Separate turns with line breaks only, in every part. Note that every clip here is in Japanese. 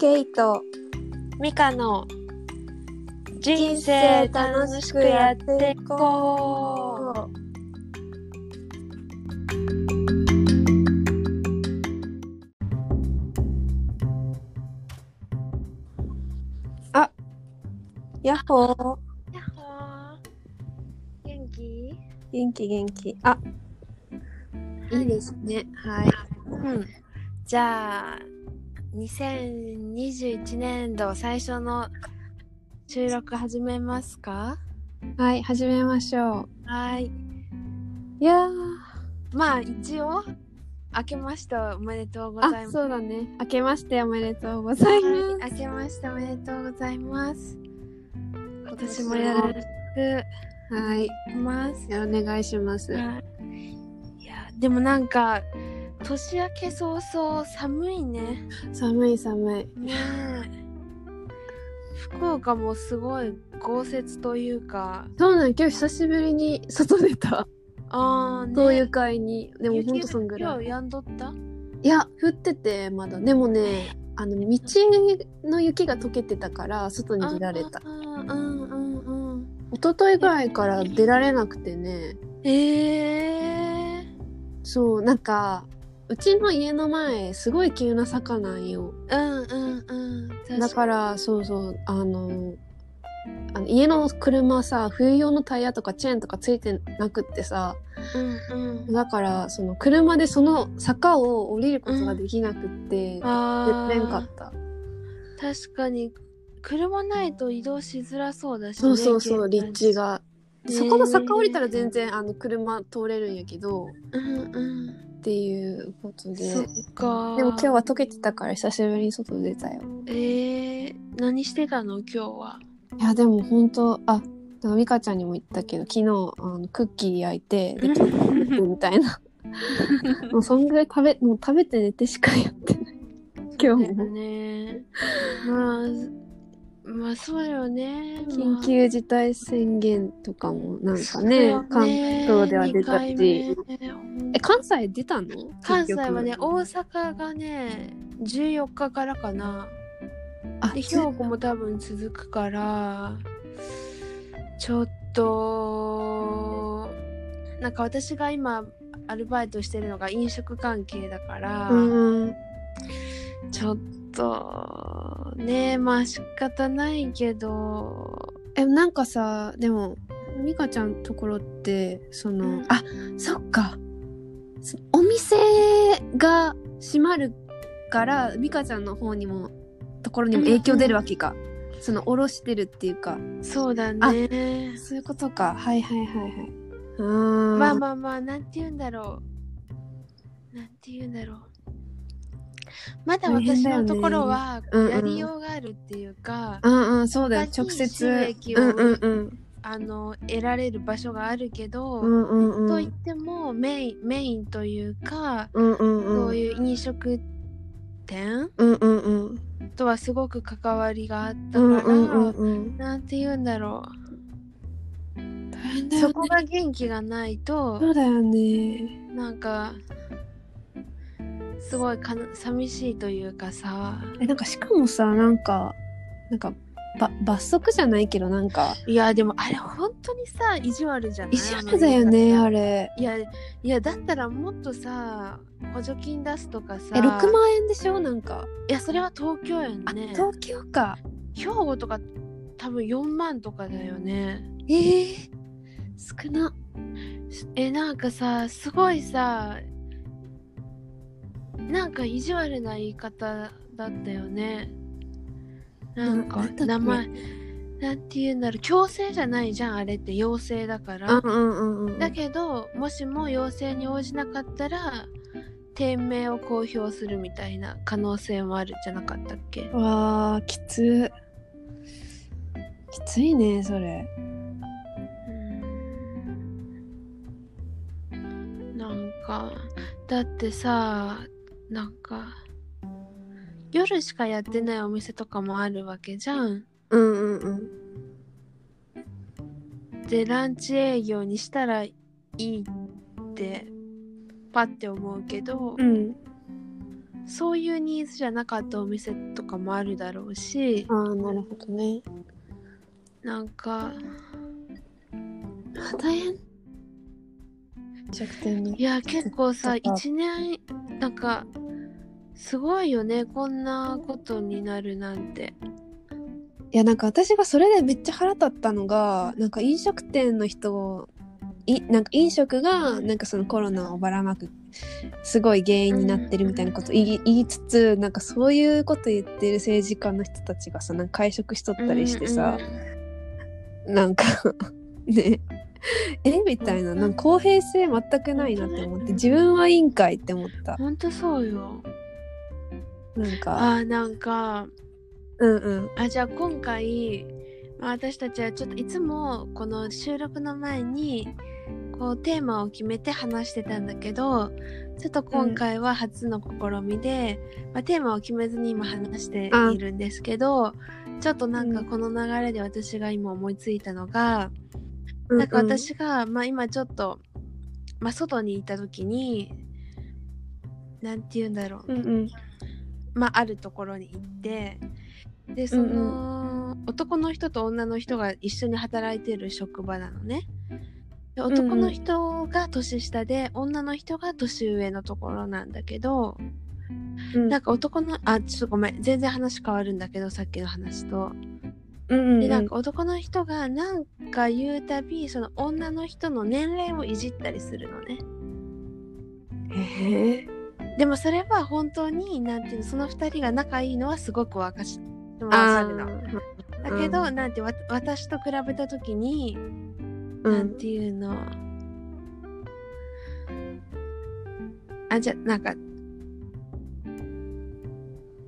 ケイと
ミカの人生楽しくやっていこう。
あ、やっほー。
やっほー元気
元気元気。あ、いいですね。はい。
うん。じゃあ、2021年度最初の収録始めますか
はい、始めましょう。
はい。
いやー、
まあ、一応、明けましておめでとうござ
あ、
います。
そうだね。明けましておめでとうございます。
はい明けましておめでとうございます。今年も
今
よ
年も
ろしく
はい、
お願いします。
お願いします。
はいいやでもなんか年明け早々寒いね
寒い寒い。
ね 福岡もすごい豪雪というか
そうなん、今日久しぶりに外出た。
ああね
そういう会に。でも
雪
ほんとそんぐらい
今。日やんどった
いや降っててまだでもねあの道の雪が溶けてたから外に出られた
あーうんうんうん
一昨日ぐらいから出られなくてね
ええ
そうなんかうちの家の前すごい急な坂なんよ
うんうんうん確に
だからそうそうあのあの家の車さ冬用のタイヤとかチェーンとかついてなくってさ
うんうん
だからその車でその坂を降りることができなくって、
あ
出れんか
あ
った
確かに車ないと移動しづらそうだし、ね、
そうそうそう、
現在
立地が。
ね
そこの坂降りたら全然あの車通れるんやけどっ
うんうん
ていうことで
そっか
でも今日は溶けてたから久しぶりに外出たよ
えー、何してたの今日 はい
やでも本当あなんか美香ちゃんにも言ったけど昨日あのクッキー焼いてでトートバッグみたい なもうそんぐらい食べもう食べて寝てしかやってない今日も
ねまあまあそうよね
緊急事態宣言とかもなんかね
まあそう
関
よね
東では出たし
二回目ね
え関西出たの
関西はね
結
大
局
阪がね14日からかな
あ
で兵庫も多分続くからちょっとなんか私が今アルバイトしてるのが飲食関係だから、
うん
ちょっとねまあ仕方ないけど
えなんかさでも美香ちゃんところってその、
うん
あそっかそお店が閉まるから美香ちゃんの方にもところにも影響出るわけか、その下ろしてるっていうか
そうだね
そういうことかはいはいはいはいあー
まあまあまあなんて言うんだろうなんて言うんだろうまだ
大変
私
だよ
の
ね
ところは
うんうん
やりようがあるっていうか、
うんうんそうだよ
他
直
に
接
収益
う
を
んうんうん
あの得られる場所があるけど、
うんうん
と
う
いっ
ん
てもメインメインというか、
うんうん
そう
うん
いう飲食店
うんうんうん
とはすごく関わりがあった
うん
から、
うんうんうん
なんて言うんだろ
大変
う、
だよ
そ
ね
こが元気がないと
そうだよね
なんかすごいかな寂しいというかさ
えなんかしかもさなんかなんかば罰則じゃないけどなんか
いやでもあれ本当にさ意地悪じゃない
意地悪だよね
あの
あれ
いやいやだったらもっとさ補助金出すとかさ
え6万円でしょなんか
いやそれは東京やん
あ
ね
東京か
兵庫とか多分4万とかだよね
えー、少な
えなんかさすごいさなんか意地悪な言い方だったよねなん
な
か
なんだっけ
名前なんて言うんだろう強制じゃないじゃんあれって陽性だか
う
ら
んうんうん
だけどもしも陽性に応じなかったら店名を公表するみたいな可能性もあるじゃなかったっけ
わーきつきついねそれ
うんなんかだってさなんか夜しかやってないお店とかもあるわけじゃん。
うんうんうん
でランチ営業にしたらいいってパッて思うけど、
うん
そういうニーズじゃなかったお店とかもあるだろうし
ああ、なるほどね。
なんかあ大変
弱点の
い。や結構さ
ちょっと
1年なんかすごいよねこんなことになるなんて
いやなんか私がそれでめっちゃ腹立ったのがなんか飲食店の人をいなんか飲食がなんかそのコロナをばらまくすごい原因になってるみたいなことを言い言いつつなんかそういうこと言ってる政治家の人たちがさなんか会食しとったりしてさ、なんか ねえみたいななんか公平性全くないなって思って自分は委員会って思った
ほんとそうよ
なんか
あーなんか
うんうん
あじゃあ今回、まあ、私たちはちょっといつもこの収録の前にこうテーマを決めて話してたんだけどちょっと今回は初の試みで、まあ、テーマを決めずに今話して
あ
いるんですけどちょっとなんか
うん
この流れで私が今思いついたのが、
うん
なんか私が、まあ、今ちょっと、まあ、外にいた時になんて言うんだろう
うんうん
まあ、あるところに行ってでその、男の人と女の人が一緒に働いてる職場なのねで
んうん
男の人が年下で、女の人が年上のところなんだけど
うん
なんか男のあちょっとごめん全然話変わるんだけどさっきの話と
うんうん
でなんか男の人がなんか言うたびその女の人の年齢をいじったりするのね
へえ
でもそれは本当になんていうのその2人が仲いいのはすごくわかしわか
あ
るの
ー
だけど、なんてわ私と比べた時に、
うん
なんていうのあじゃなんか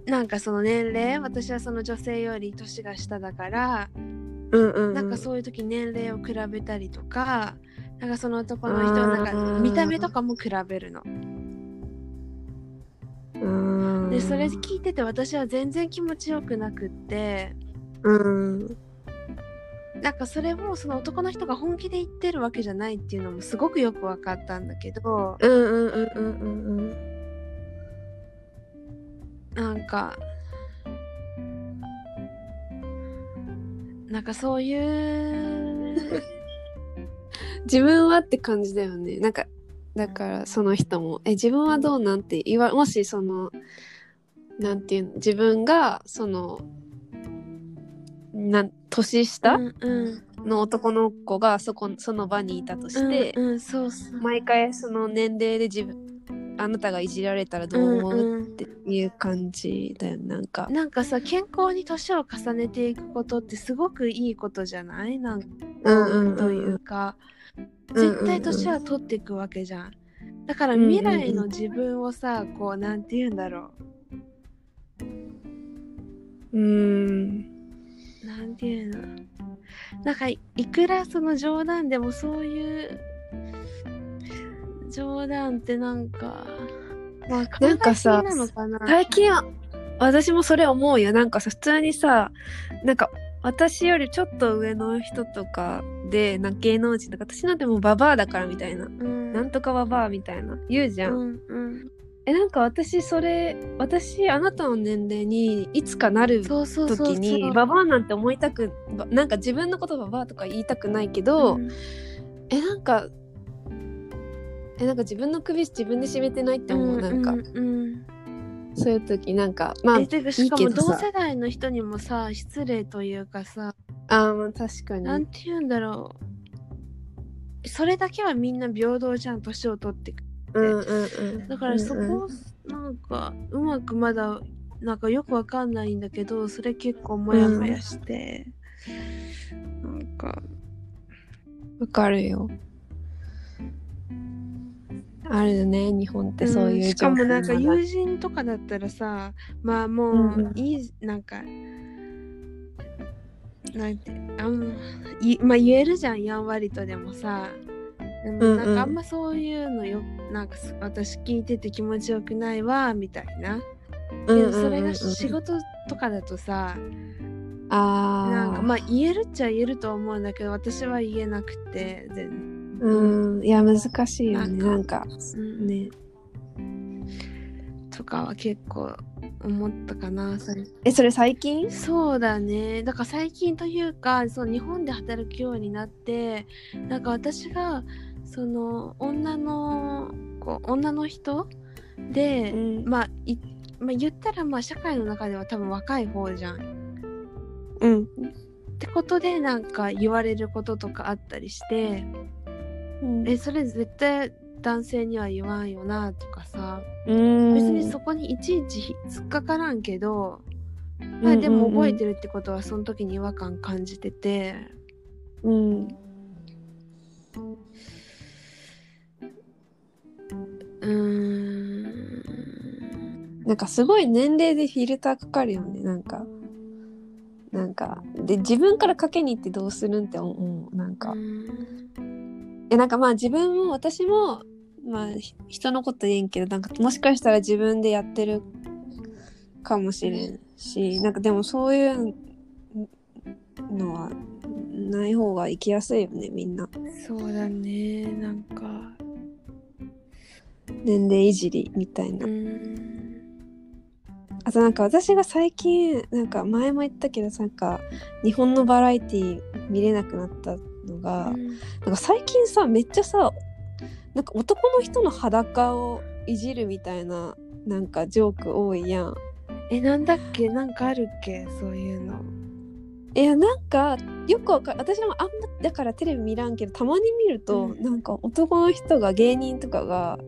なんかその年齢私はその女性より年が下だから、
うんうんうん、
なんかそういう時年齢を比べたりとかなんかその男の人のなん
あ
か
ー
見た目とかも比べるの。
うん
でそれ聞いてて私は全然気持ちよくなくって。
うん
なんかそれもその男の人が本気で言ってるわけじゃないっていうのもすごくよく分かったんだけど
うんうんうんうんうんうん
なんかなんかそういう
自分はって感じだよねなんかだからその人もえ自分はどうなんて言わもしそのなんていうの自分がそのなん年下
うんうん
の男の子がそこその場にいたとして、
うんうん、そうそう
毎回その年齢で自分あなたがいじられたらどう思う、
うんうん
っていう感じだよねなんか
なんかさ健康に年を重ねていくことってすごくいいことじゃないなんか
うんうんうん
というか
うんうんうん
絶対年は取っていくわけじゃん。だから
うんうんうん
未来の自分をさこうなんて言うんだろ
うん
うなんて言うのなんかいいくらその冗談でもそういう冗談ってなんかまあ考
な
え
んかさ
すぎなのかな
最近は私もそれ思うよなんかさ普通にさなんか私よりちょっと上の人とかでなんか芸能人とか私なんてもうババアだからみたいな
うん
なんとかババアみたいな言うじゃ、
うんんうん
えなんか私それ私あなたの年齢にいつかなる
そうそうそうそう
時にババアなんて思いたくばなんか自分のことババアとか言いたくないけど、
うん
えなんかえなんか自分の首自分で締めてないって思う、なんか
うんうん
そういう時なんかまあ
えてかしかも
けど
同
さ
世代の人にもさ失礼というかさ
あーまあ確かに
なんて言うんだろうそれだけはみんな平等じゃん年を取ってく
うんうんうん
だからそこ、
うんうん
なんかうまくまだなんかよくわかんないんだけどそれ結構モヤモヤして、なんか
わかるよあるよね日本ってそういう
しかもなんか
情報が
友人とかだったらさまあ
うん
もう
うん
いい、なんかなんてあんいまあ言えるじゃんやんわりとでもさで
うんう
も
ん
なんかあんまそういうのよ、なんかす私聞いてて気持ちよくないわみたいなで
うんうん
も
うん
それが仕事とかだとさ、
あー
なんかまあ言えるっちゃ言えると思うんだけど私は言えなくて全
うんいや難しいよね
な
なんんか
うん
ね
とかは結構思ったかなそれ
え、それ最近
そうだねだから最近というかそう日本で働くようになってなんか私がその女のこう女の人で、
うん
まあいまあ、言ったらまあ社会の中では多分若い方じゃん。
うん。
ってことでなんか言われることとかあったりしてえそれ絶対男性には言わんよなとかさ
うん
別にそこにいちいち突っかからんけど、まあ、でも覚えてるってことはその時に違和感感じてて
うん。
うーん
なんかすごい年齢でフィルターかかるよね、なんか。なんか、で、自分からかけに行ってどうするんって思う。なんか
う。ん
えなんかまあ自分も私もまあひ人のこと言えんけどなんかもしかしたら自分でやってるかもしれんしなんかでもそういうのはない方が生きやすいよねみんな
そうだねなんか
年齢いじりみたいうな
ん
あとなんか私が最近なんか前も言ったけどなんか日本のバラエティ見れなくなったのがなんか最近さめっちゃさなんか男の人の裸をいじるみたいななんかジョーク多いやん。
えなんだっけなんかあるっけそういうの
いやなんかよくわかる私もあんまだからテレビ見らんけどたまに見ると、
うん
なんか男の人が芸人とかが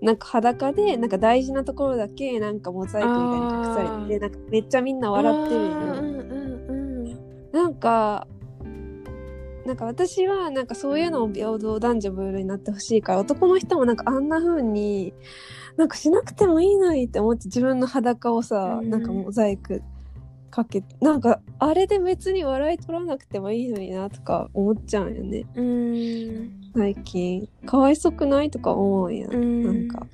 なんか裸でなんか大事なところだけなんかモザイクみたいに隠されてなんかめっちゃみんな笑ってる
あ
よ。
ーうんうんうん
なんかなんか私はなんかそういうのを平等男女平等になってほしいから男の人もなんかあんな風になんかしなくてもいいのにって思って自分の裸をさ、
うん
なんかモザイクかけなんかあれで別に笑い取らなくてもいいのになとか思っちゃうよね
うーん
最近かわいそくないとか思うや、
うんん
なんか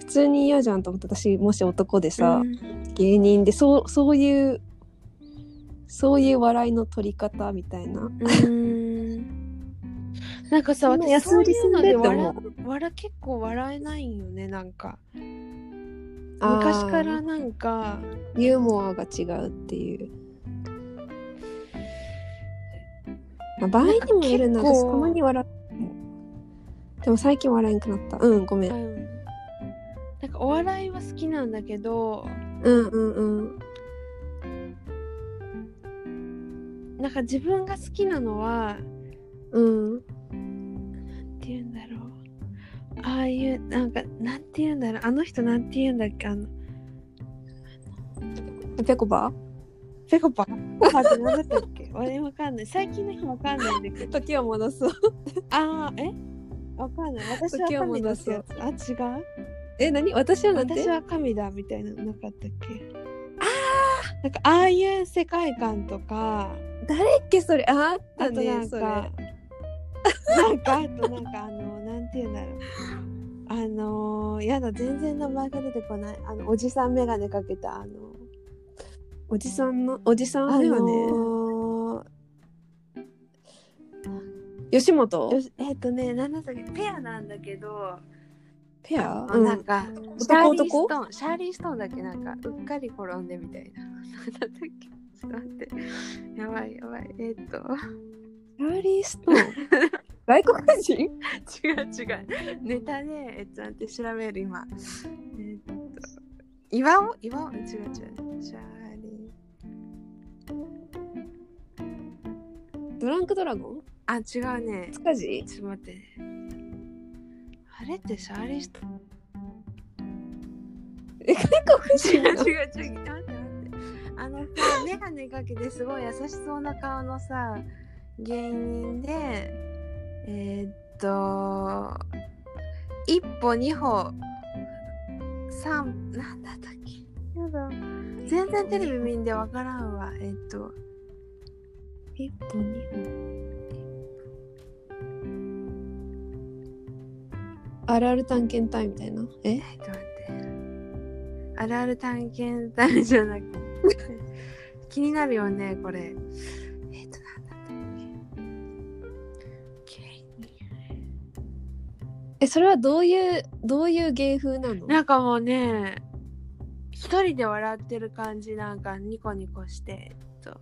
普通に嫌じゃんと思って私もし男でさ、
うん
芸人でそうそういうそういう笑いの取り方みたいな
うーんなんかさ
そんな
私
安
そう
売り
いうので笑
すんでっ
笑
て
結構笑えないんよねなんか
あー
昔からなんか
ユーモアが違うっていう、まあ、場合にもよるな
なんか結
私
構
たまに笑ってもでも最近笑えんくなったうんごめ
うんんなんかお笑いは好きなんだけど
うんうんうん
なんか自分が好きなのは
うん
なんて言うんだろうああいうなんかなんて言うんだろうあの人なんて言うんだっけあの
えぺこば
ペコパペコパって何だったっけ俺わかんない最近の人わかんないんだけど
時を戻そう
ああえわかんない私は神だってやつあ違う
え何私はなんて
私は神だみたいなのなかったっけあなんかああいう世界観とか
誰っけそれああっ
あ
た
と
ね
なん
そ
か、
れ
なんかあとなんかあのなんて言うんだろうあのー、やだ全然名前が出てこないあのおじさん眼鏡かけたあの
おじさんのおじさん
あ
だよね、
の
吉
ーよ
本
しえっ、とね何だったっけペアなんだけど、
ペア
あなんかシャー
男
リース
男
トーンシャーリーストーンだっけなんかうっかり転んでみたいな 何だったっけちょっと待ってやばいやばいえっ、と
シャーリー・ストーン 外国人
違う違う。ネタで、えっと、待って、調べる今。えっと、岩尾岩尾違う違う。シャーリー。
ドランクドラゴン
あ、違うね。
塚地
ちょっと待ってね。あれってシャーリースト
え外国
違う
人
違
な の
う違う。 待って待って。あのさ、メガネかけてすごい優しそうな顔のさ、芸人で、えっと、一歩二歩、三、なんだったっけやだ。全然テレビ見んでわからんわ。えっと、
一歩二歩あるある探検隊みたいなえ
えっと待って。あるある探検隊じゃなくて。 気になるよね、これ。えっと、なんだったっけ芸人
えそれはどういうどういう芸風なの
なんかもうね一人で笑ってる感じなんかニコニコしてと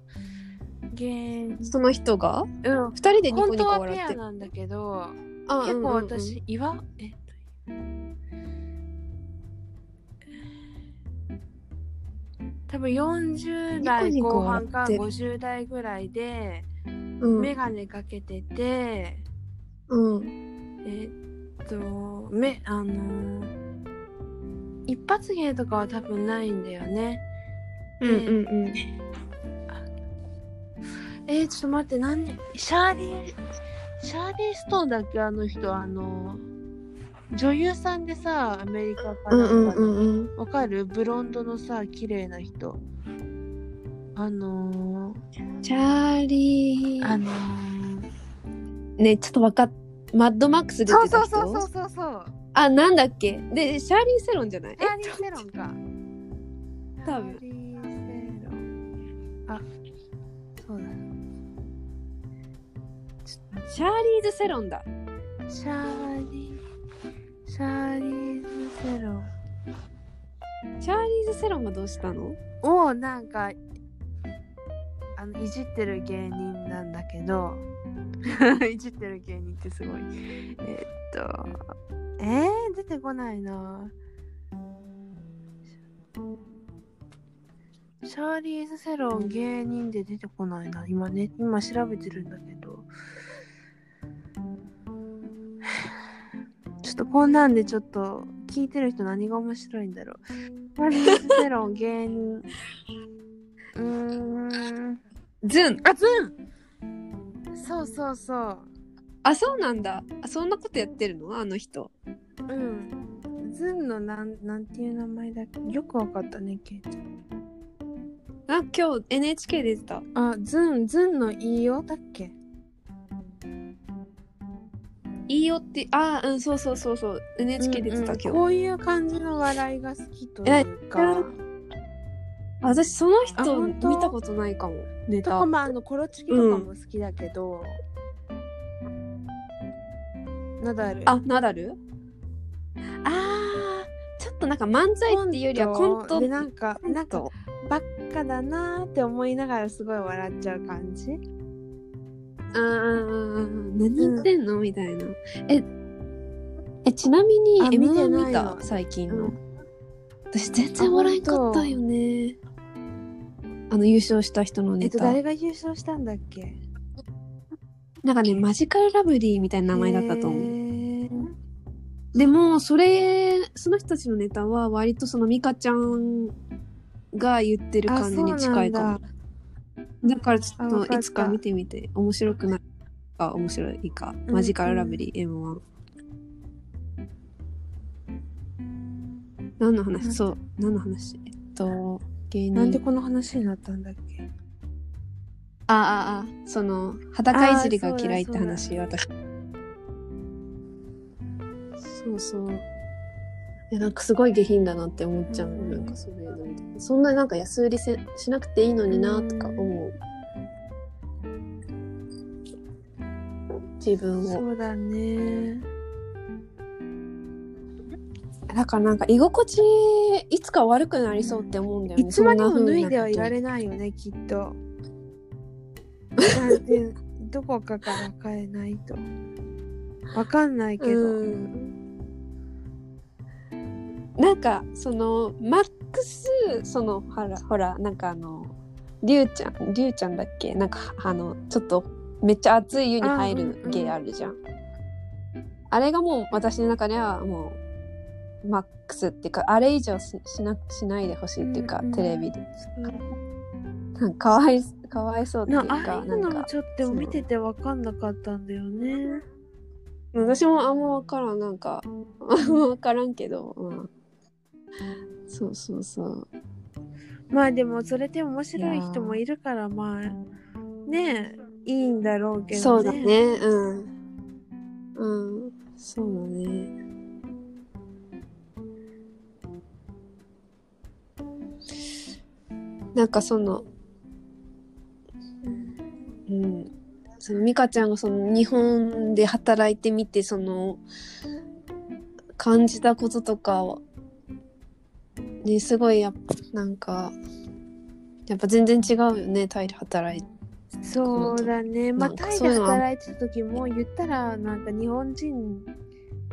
芸うん
その人が
本
二人でニコニ
当
コ
は
笑
ペ
っ
ア
てる
なんだけど
あ
結構
うんうんうん
私岩えっと多分40代
ニコニコ
後
笑
半
って
か50代ぐらいで
うん
眼鏡かけてて、
うん
えっと目あのー一発芸とかは多分ないんだよね
うんうんうん
えー、ちょっと待って何シャーリーシャーリー・ストーンだっけあの人あの女優さんでさアメリカか
う
ら
んうんうんうん
わかるブロンドのさ綺麗な人あの
チャーリ
ー、
ー
あのー、
ねちょっとわかっマッドマックス出
そう
て
そ
た
う
人
そうそうそうそう
あなんだっけでシャーリー・セロンじゃない
シャーリー・セロンか
多分
シャーリー・セロンあそうだ
シャーリーズ・セロンだ
シャーリーシャーリーズ・セロン
シャーリーズ・セロンがどうしたの
をなんかあのいじってる芸人なんだけど いじってる芸人ってすごいえーっとえー、出てこないなシャーリーズ・セロン芸人で出てこないな今ね今調べてるんだけど ちょっとこんなんでちょっと聞いてる人何が面白いんだろうシャーリーズ・セロン芸人うーん
ズン
あずんそうそうそう
あそうなんだあそんなことやってるのあの人
うんずんのなんなんていう名前だっけよくわかったねケイち
あ今日 NHK 出てた
ゃんあずんずんのいいよだっけ
いいよってあうんそうそうそうそう NHK 出てた、
うんうん
今日
こういう感じの笑いが好きという
え
か
あ私その
あ
人
本当
見たことないかもネ
と
タ
かまああのコロチキとかも好きだけど、ナダル
あナダルあーちょっとなんか漫才っていうよりはコント
でなんか
コント
なんかばっかだなーって思いながらすごい笑っちゃう感じ
あー何言ってんの、みたいなええちなみに
あ
M1
見てない
見
よ
た最近の、
う
私全然笑えんかったよねあの優勝した人の
えっ
ネ
と
タ、
誰が優勝したんだっけ
なんかねマジカルラブリーみたいな名前だったと思う、
思う
でもそれその人たちのネタは割とそのミカちゃんが言ってる感じに近いか
あ
も
そう
だからちょ
あ
っ
わかっ
と
た
いつか見てみて面白くないか面白いか、
うん
マジカルラブリー M1 何の
なん
話
だ
そう何の話えっと芸人
なんでこの話になったんだっけ
ああああその裸いじりが嫌いって話私そうそういやなんかすごい下品だなって思っちゃう、
うん
なんかそういうの見てそんななんか安売りせしなくていいのになとか思う、自分を
そうだね
だからなんか居心地いつか悪くなりそうって思うんだよね
いつまでも
そんな
脱
風
い
な
ではいられないよねきっと なんてどこかから変えないとわかんないけど、
うん、なんかそのマックスそのほらほらなんかあのりゅうちゃんりゅうちゃんだっけなんかはあのちょっとめっちゃ熱い湯に入
あうんう
る
ん
芸あるじゃん。あれがもう私の中ではもうマックスっていうかあれ以上ししなしないでほしいっていうか、
うんうん
テレビで
うん
なんかかわいかわいそうっていう
な
か
ああいう
な
の
ん
も
か
ちょっと見ててわかんなかったんだよね
私もあんま分からんなんかあんま分からんけど、うん、そうそうそう
まあでもそれで面白い人もいるからまあねえいいんだろうけどね
そうだねうんうんそうだねなんかそのうんその美香ちゃんがその日本で働いてみてその感じたこととかをにすごいやっぱなんかやっぱ全然違うよねタイで働いて
そうだね。まあ、
なんか
タイ
そう
で
いうのは
働いてた時も言ったら、なんか日本人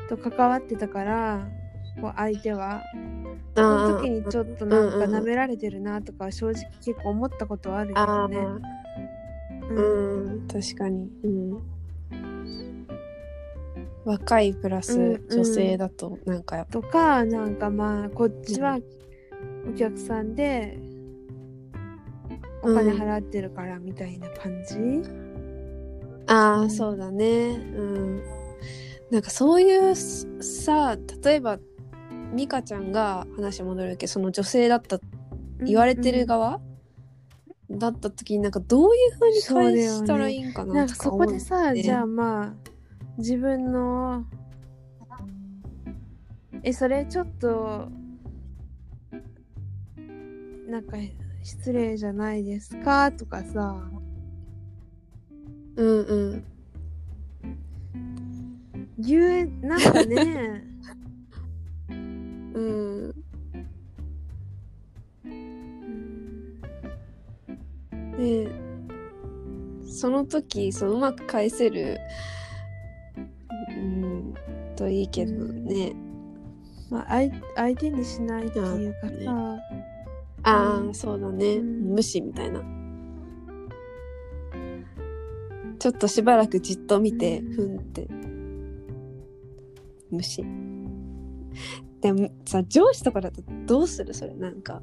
と関わってたから、こう相手は。その時にちょっとなんか
うんうん
舐められてるなとか、正直結構思ったことはあるけ
あ
ど
あ、
ね。
う
うん
ん確かに、うん、若いプラ
うん
ス
うん
女性だとなんかやっぱ
とか、なんかまあ、こっちはお客さんで、お金払ってるからみたいな感じ、
ああそうだねうんなんかそういうすさ例えば美香ちゃんが話戻るけどその女性だった言われてる側、だった時になんかどういうふうに返したらいいんか
うんな
なんと
か
か
そ
思
こ
う、
でさ、
ね
じゃあまあ自分のえそれちょっとなんか失礼じゃないですかとかさ
うんうん
言うなん かね
うん
うん
でその時そううまく返せる、うん、といいけどね、
まあ相相手にしないっていうかさ、
ああそうだね、
うん
無視みたいなちょっとしばらくじっと見て、
うん
ふんって無視でもさ上司とかだとどうするそれなんか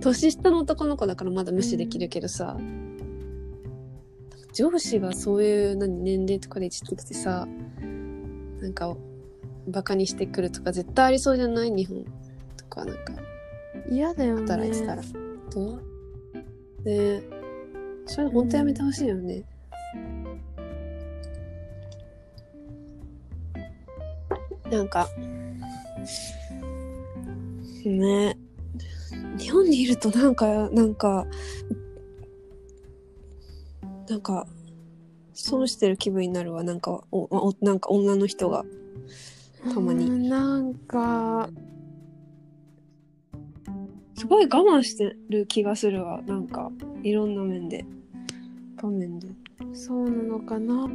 年下の男の子だからまだ無視できるけどさ、上司がそういう何年齢とかでいじってきてさなんかバカにしてくるとか絶対ありそうじゃない日本とかなんか
嫌だよね
働いてたら。どうねそれ本当やめてほしいよね。なんか、ね日本にいるとなんか、なんか、なんか、損してる気分になるわ、なんか、おおなんか女の人が。たまに
うんなんか
すごい我慢してる気がするわ、なんか、いろんな面で、場面で。
そうなのかな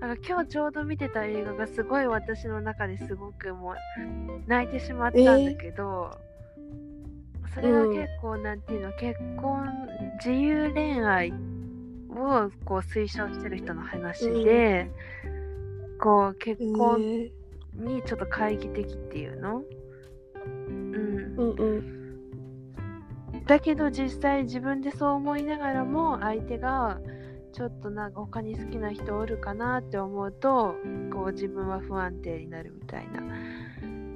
なんか今日ちょうど見てた映画がすごい私の中ですごくもう泣いてしまったんだけど、それが結構なんていうの、結婚自由恋愛をこう推奨してる人の話で、こう結婚
えー
にちょっと懐疑的っていうの、うん、
うんうん
だけど実際自分でそう思いながらも相手がちょっとなんか他に好きな人おるかなって思うとこう自分は不安定になるみたいな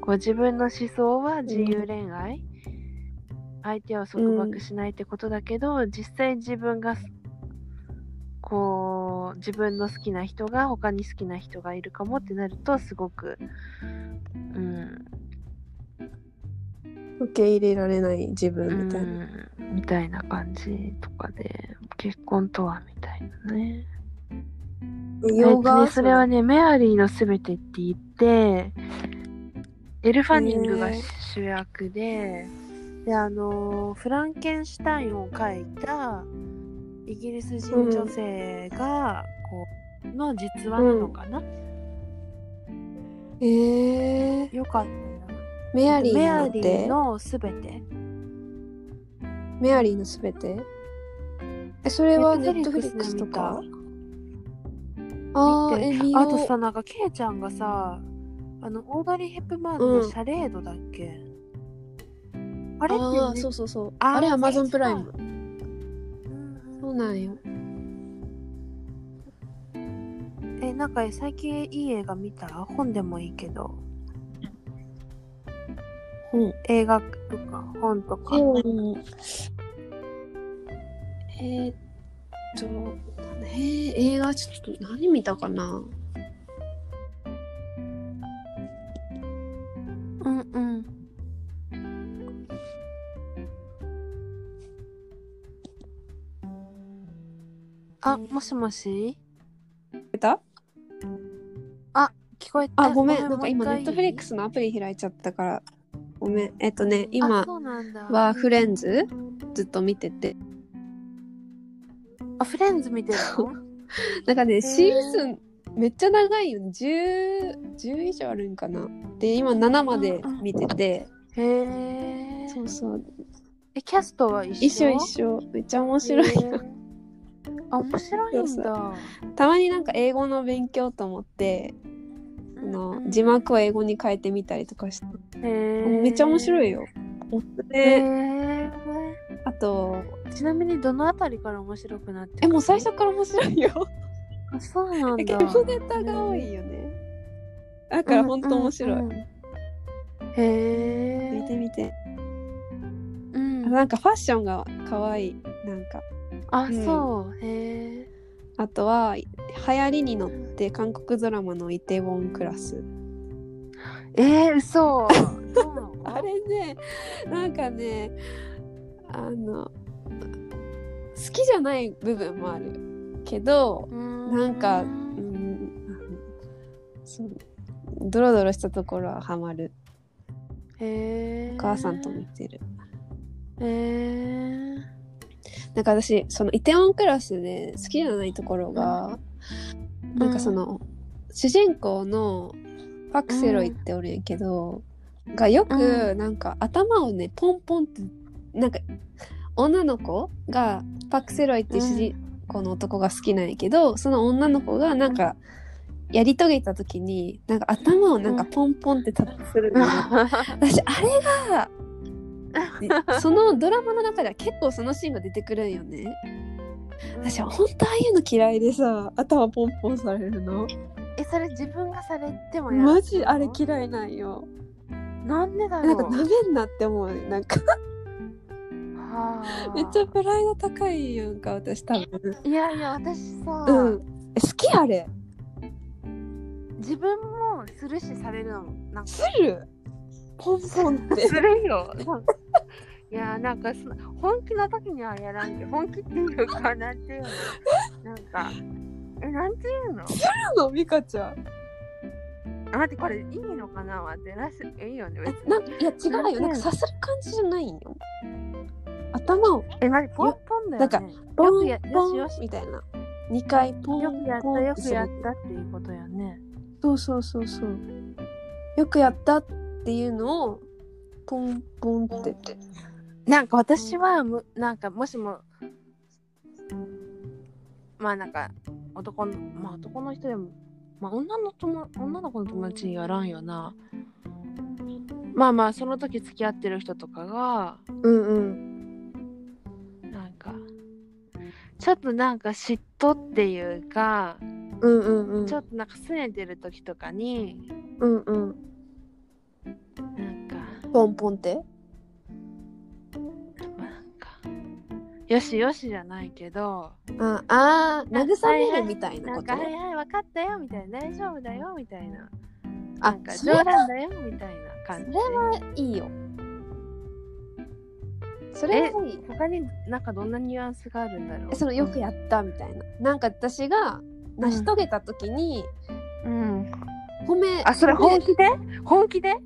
こう自分の思想は自由恋愛、相手を束縛しないってことだけど、実際自分がこう自分の好きな人が他に好きな人がいるかもってなるとすごく、うん、
受け入れられない自分みたいな。
うんみたいな感じとかで結婚とはみたいなね。
洋画
えっとねそれはねメアリーのすべてって言ってエル・ファニングが
へー
主役で,、であのフランケンシュタインを描いたイギリス人女性が、こうの実話なのかな、
えー、
よかったな
メアリー
メ
な
ア
ん
リ
て
ーのすべて
メアリーのすべてえそれはネットフリックスとかあーえ見よう
あとさ、なんか、ケイちゃんがさ、あの、オーガリー・ヘップマンの
うん
シャレードだっけ、あれって
あー
ね
そうそうそう
あー
あれアマゾ
そ
ン
う
プライム
うん
そうなんよ
え、なんか、最近いい映画見た本でもいいけど、
うん
映画とか、本とか。
えーっとえー映画ちょっと何見たかな
うんうん。あ、もしもし
えた
聞こえた
あ、ごめん。なんか今、ネ
もう
ッ
一
ト
回
フリックスのアプリ開いちゃったから、ごめん。えっとね、
あ
今
そうなんだ
はフレンズずっと見てて。
あ、フレンズ見てるの
なんかね、
ー
シーズンめっちゃ長いよね。10、10以上あるんかな。で、今7まで見てて。
へえ。
そうそう。
え、キャストは一
一
緒
緒一緒。めっちゃ面白い。
へーあ、面白いんだ。
たまになんか英語の勉強と思って、あ
うん
の
うん
字幕を英語に変えてみたりとかして。
へー
めっちゃ面白いよ。
へ
で、
ー
あと、
ちなみにどのあたりから面白くなってくる
え、もう最初から面白いよ。
あそうなん
結
だ。
構ネタが多いよね。だから本当面白い。
うんうんうんへ
見て
え。
みて。
うん
なんかファッションが可愛い。なんか。
あ、
うん
そう。へえ。
あとは、流行りに乗って韓国ドラマのイテウォンクラス。
え ー、嘘。そうなの
あれね、なんかね、あの、好きじゃない部分もあるけど、
うーん
なんかうん、あのそう、ドロドロしたところはハマる。
へえ。
お母さんと見てる。
へえ。
なんか私そのイテウォンクラスで好きじゃないところが、なんかその主人公のパクセロイっておるんやけど、がよく
う
なんか頭をねポンポンってなんか女の子がパクセロイっていう主人公の男が好きなんやけど、その女の子がなんかやり遂げた時になんか頭をなんかポンポンってタップするのよ 私あれ がそのドラマの中では結構そのシーンが出てくるんよね私は本当ああいうの嫌いでさ頭ポンポンされるの
えそれ自分がされてもやる
マジあれ嫌いなんよ
なんでだろ
な
うん
かなめんなって思うなんか
はあ
めっちゃプライド高いやんか私多分
いやいや私さ、
うんえ好きあれ
自分もするしされるのもなんか
するポンポンって
するよなんかいやなんかその本気の時にはやらんけど本気っていうかなんていうのなんかえなんていうの
の美香ちゃん
待ってこれいいのかな待ってなしいいよね別に
なんかいや違うよなんかさする感じじゃないんよ頭を
え何ポンポンだ
な
よ、ね、
んか
よ
ポ
く
ン
や
ポ
よしよ
ン
し
みたいな2回ポン
よくやっ
ポ
た
ン
よくやっ
する
たっていうことやね
そうそうそうそうよくやったっていうのをポンポンって
なんか私はむなんかもしもまあなんか男のまあ男の人でもまあ女の友女の子の友達にやらんよなまあまあその時付き合ってる人とかが
うんうん
なんかちょっとなんか嫉妬っていうか
うんうんうん
ちょっとなんか拗ねてる時とかに
うんうん
なんか
ポンポンって
なんかよしよしじゃないけど
ああー慰めるみたいな
な
こ
ん
と
か「はいはい分かったよ」みたいな「大丈夫だよ」みたいなな
あ
んか
それ
冗
は
談だよみたいな感じ。
いいよそれはいい
他になんかどんなニュアンスがあるんだろう。
そのよくやったみたいななんか私が成し遂げた時に
うん。
褒め
あそれ
ね
本気で？本気で？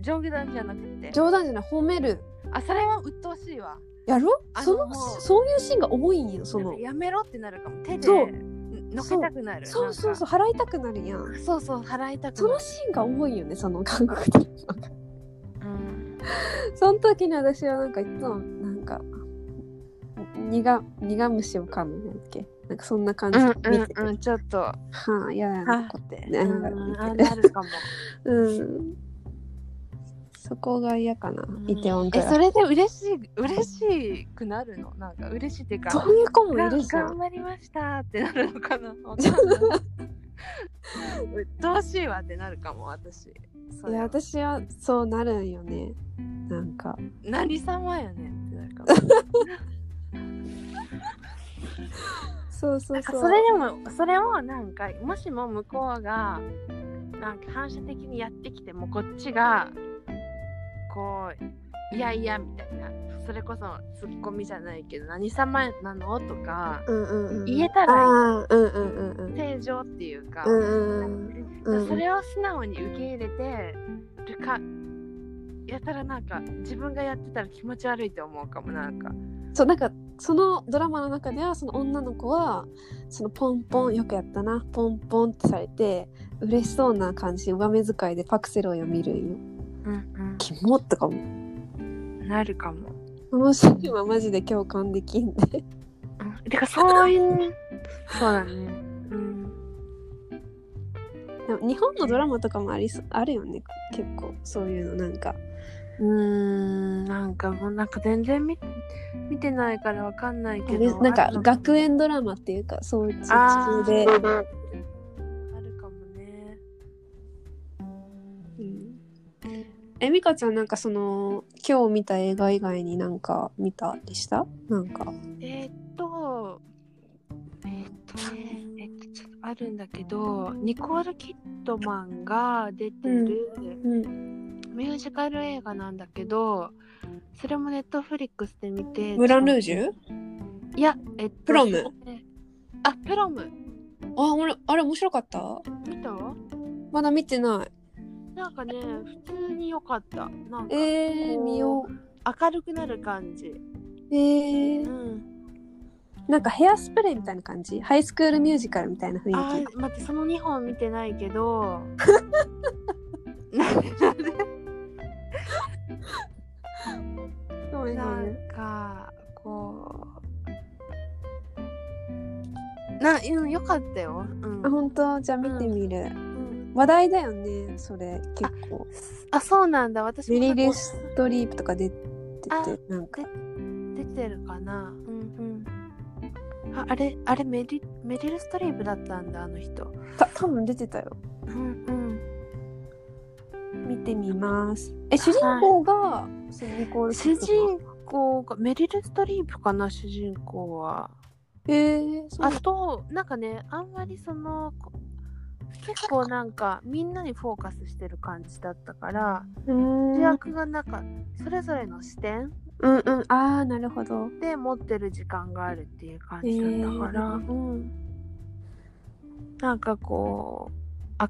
冗談じゃなくて。
冗談じゃない褒める
あそれは鬱陶しいわ。
やろ
あの
その
もう
そういうシーンが多いんよその
やめろってなるかも。手で
そうん
のけたくなる。
そうそうそう
う。
払いたくなるやん
そうそう払いたく
そ
な
の
る。
シーンが多いよねその韓国ドラマ
うん。
その時に私はなんかいつもなんか苦苦虫を噛むなんだっけなんかそんな感じ
う
で
ん
見て、
うんうんちょっと。は
はあ嫌やなこってね
うんあ
見て
なる かも。
うんそこが嫌かな、
うん
イテウォンか
え
ら
それで嬉しい嬉しくなるのなんか嬉しいっていうか。
そういう子もいるじゃ
頑
ん
張りましたってなるの かな。わかんない鬱陶しいわってなるかも私。そ
い
れ
や
は
私はそうなるんよねなんか
何様やねんってなるかも。
そうそう
なん か
そう
それでもそれをなんかもしも向こうがなんか反射的にやってきてもこっちがこういやいやみたいなそれこそツッコミじゃないけど何様なのとか
うんうんうん。
言えたら
ああ、うんうんうんうん。
正常っていうか、
うんうんうんうん。
それを素直に受け入れてるかやたらなんか自分がやってたら気持ち悪いと思うかもなんか
そうなんかそのドラマの中ではその女の子はそのポンポンよくやったなポンポンってされて嬉しそうな感じ上目遣いでパクセロイを見るんよ
うん
キモとかも
うんなるかも
そのシーンはマジで共感できんで
て かそういうそうだねうん
でも日本のドラマとかもありそあるよね結構そういうのなんか
うーんなんかもうなんか全然見見てないからわかんない
あ
け
れ
ど
なんか
あるの
学園ドラマっていうかそういうそ
あー
っちで、
あるかもね
うんえみかちゃんなんかその今日見た映画以外になんか見たでしたなんか
えーっとえーっとねえっとちょっとあるんだけどニコール・キッドマンが出てる、
うん
ミュージカル映画なんだけどそれもネットフリックスで見て
ムランルージュ
いやえっと
プロム
あプロム
あ、俺、あれ面白かった
見た
まだ見てない。
なんかね普通に良かったなんか
えー、見よう。
明るくなる感じ
え
う
ー、
ん
なんかヘアスプレーみたいな感じハイスクールミュージカルみたいな雰
あ
囲
ー待ってその2本見てないけ ど
気。ごめんご
な
め
ん
ん
かこうなうん良かったようん
あ、本当じゃあ見てみる。
うん
話題だよね、それ、結構。
あそうなんだ私
メ
もな
リ
ん
ル
か
ストリープとか出て
あ
て、なんか。
出てるかなうんうんああれあれメリメリル・ストリープだったんだあの人
た多分出てたよ。
うんうん
見てみます。え、主人公が、そのニコールキ
主
ッドマン
人公がメリル・ストリープかな主人公は
えー、そう
あとなんかねあんまりそのこ結構なんかみんなにフォーカスしてる感じだったから
うーん
主役がなんかそれぞれの視点
うんうん。あー、なるほど。
で持ってる時間があるっていう感
え
じだった
ー、
から、
うん。
なんかこう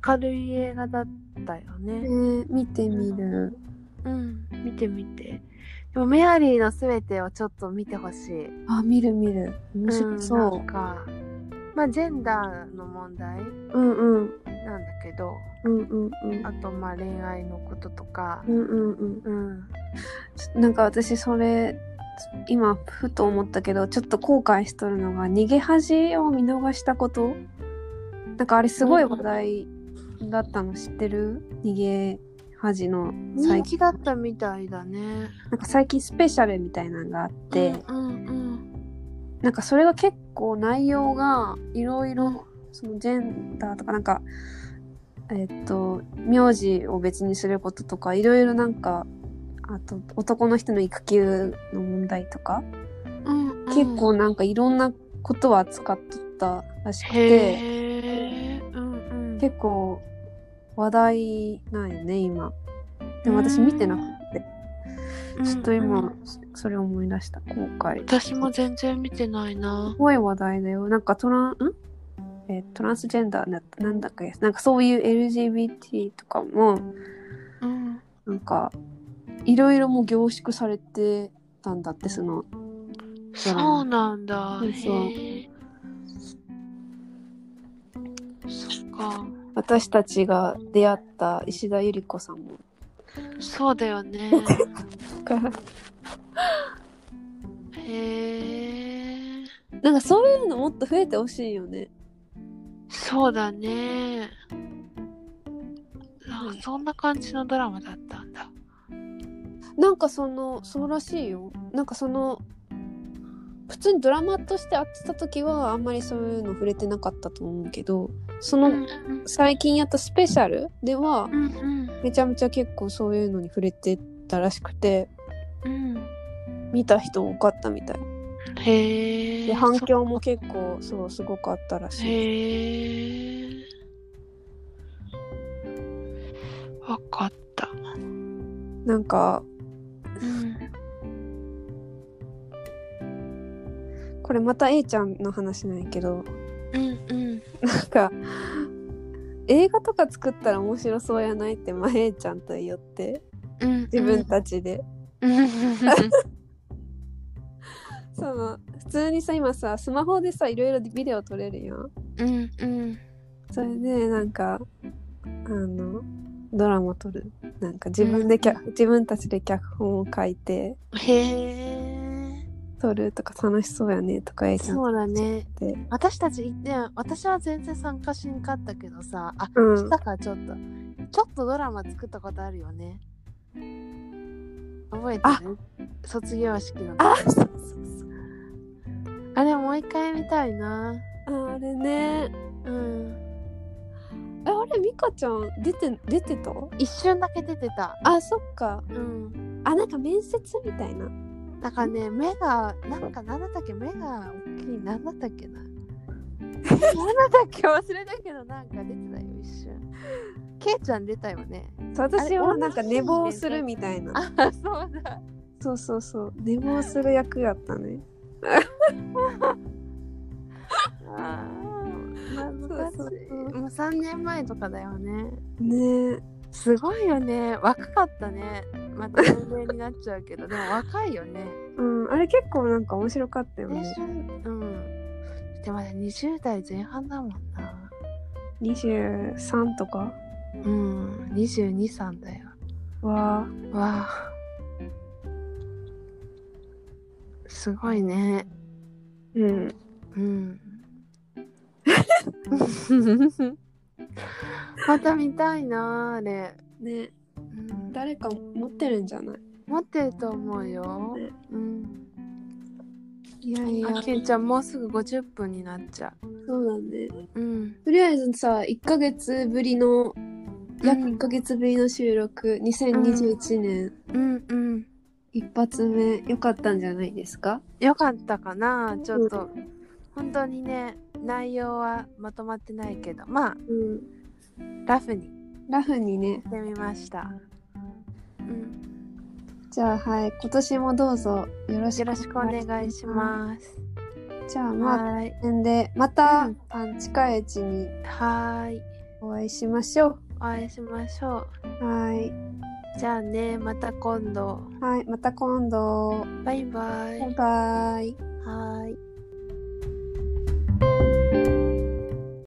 明るい映画だったよ
え
ね。
ー、見てみる。
うん、見てみて。でもメアリーのすべてをちょっと見てほしい。
あ、見る見る。面白
ん、な
そ
んか、まあジェンダーの問題
う。うんうん。
なんだけど、
うんうんうん。
あとまあ恋愛のこととか
う、んうんうん
うん。
ちょ。なんか私それ、今ふと思ったけど、ちょっと後悔しとるのが、逃げ恥を見逃したことなんかあれすごい話題だったの知ってる逃げ恥の最近。
人気だったみたいだね。
なんか最近スペシャルみたいなのがあって、
うんうん
なんかそれが結構内容がいろいろそのジェンダーとかなんかえっと名字を別にすることとかいろいろなんかあと男の人の育休の問題とか、
うん。うん、
結構なんかいろんなことを扱っとったらしくて
へーうんうん。
結構話題なんよね今でも私見てなくてちょっと今、
うんうん
それ思い出した後悔
私も全然見てないな
す。ごい話題だよ。なんかトラン、んえートランスジェンダーな、なんだっけ、なんかそういう LGBT とかも、
うん。
なんか、いろいろもう凝縮されてたんだって、その、
そうなんだ。
そうそう
へえそっか。
私たちが出会った石田ゆり子さんも。
そうだよね。へえ。
なんかそういうのもっと増えてほしいよね。
そうだね。あそんな感じのドラマだったんだ。
なんかその、そうらしいよ。なんかその、普通にドラマとしてあってた時はあんまりそういうの触れてなかったと思うけど、そうの、
ん
最近やったスペシャルでは
うんうん
めちゃめちゃ結構そういうのに触れてたらしくて
うん。
見た人多かったみたい
へえ。
で反響も結構そうすごかったら
そ
しい
へえ。わかった。
なんかこれまた A ちゃんの話なんやけど
うんうん
なんか映画とか作ったら面白そうやないってまあ A ちゃんと言って
うん
自 分たちで、
うん
その普通にさ今さスマホでさいろいろビデオ撮れるやん
うんうん
それでなんかあのドラマ撮るなんか自分で脚、自分たちで脚本を書いて
へえ
撮るとか楽しそうやねとか A ちゃん
そうだね
で
私たち行って私は全然参加しんかったけどさあ
うん
したかちょっとちょっとドラマ作ったことあるよね覚えてる卒業式の
あそうそう
あれもう一回見たいな
そうああれね
うん
えあれミカちゃん出て出てた
一瞬だけ出てた
あそっか
うん
あなんか面接みたいな
だからね目がなんか何だったっけ目が大きい何だったっ けな何だったっけ忘れたけどなんか出てたよ一瞬ケイちゃん出たよね
そう私
あ
は
れ
なんか寝坊するみたいな
あそうだ
そうそうそう寝坊する役やったね
あー懐かしい
そうそうそう
もう3年前とかだよね
ねえ
すごいよね若かったねまた年齢になっちゃうけどでも若いよね
うんあれ結構なんか面白かったよ
青春
ね
うんでもね20代前半だもんな
23とか
うん22歳だよ
は
わあすごいね
うん
うん また見たいなあれ、
ね
うん
誰か持ってるんじゃない
持ってると思うよ
ね。
うん。
いやい
あけんちゃんもうすぐ50分になっちゃ
そうだね
う。うん。
とりあえずさ1ヶ月ぶりの約
うん
1ヶ月ぶりの収録2021年
うんうん。
一発目良かったんじゃないですか
よかったかな。ちょっと、本当にね、内容はまとまってないけど、まあ、
うん
ラフに
ラフにね
してみました。うん。
じゃあはい今年もどうぞよろし
よ
く
ろしくお願いします。
すじゃあまあ
はーい。
この辺でまた、
うん
あの近いうちに
はーい。
お会いしましょう
お会いしましょう。
はい
じゃあね、また今度。
はいまた今度
バイバイ。
バイバイ
はーい。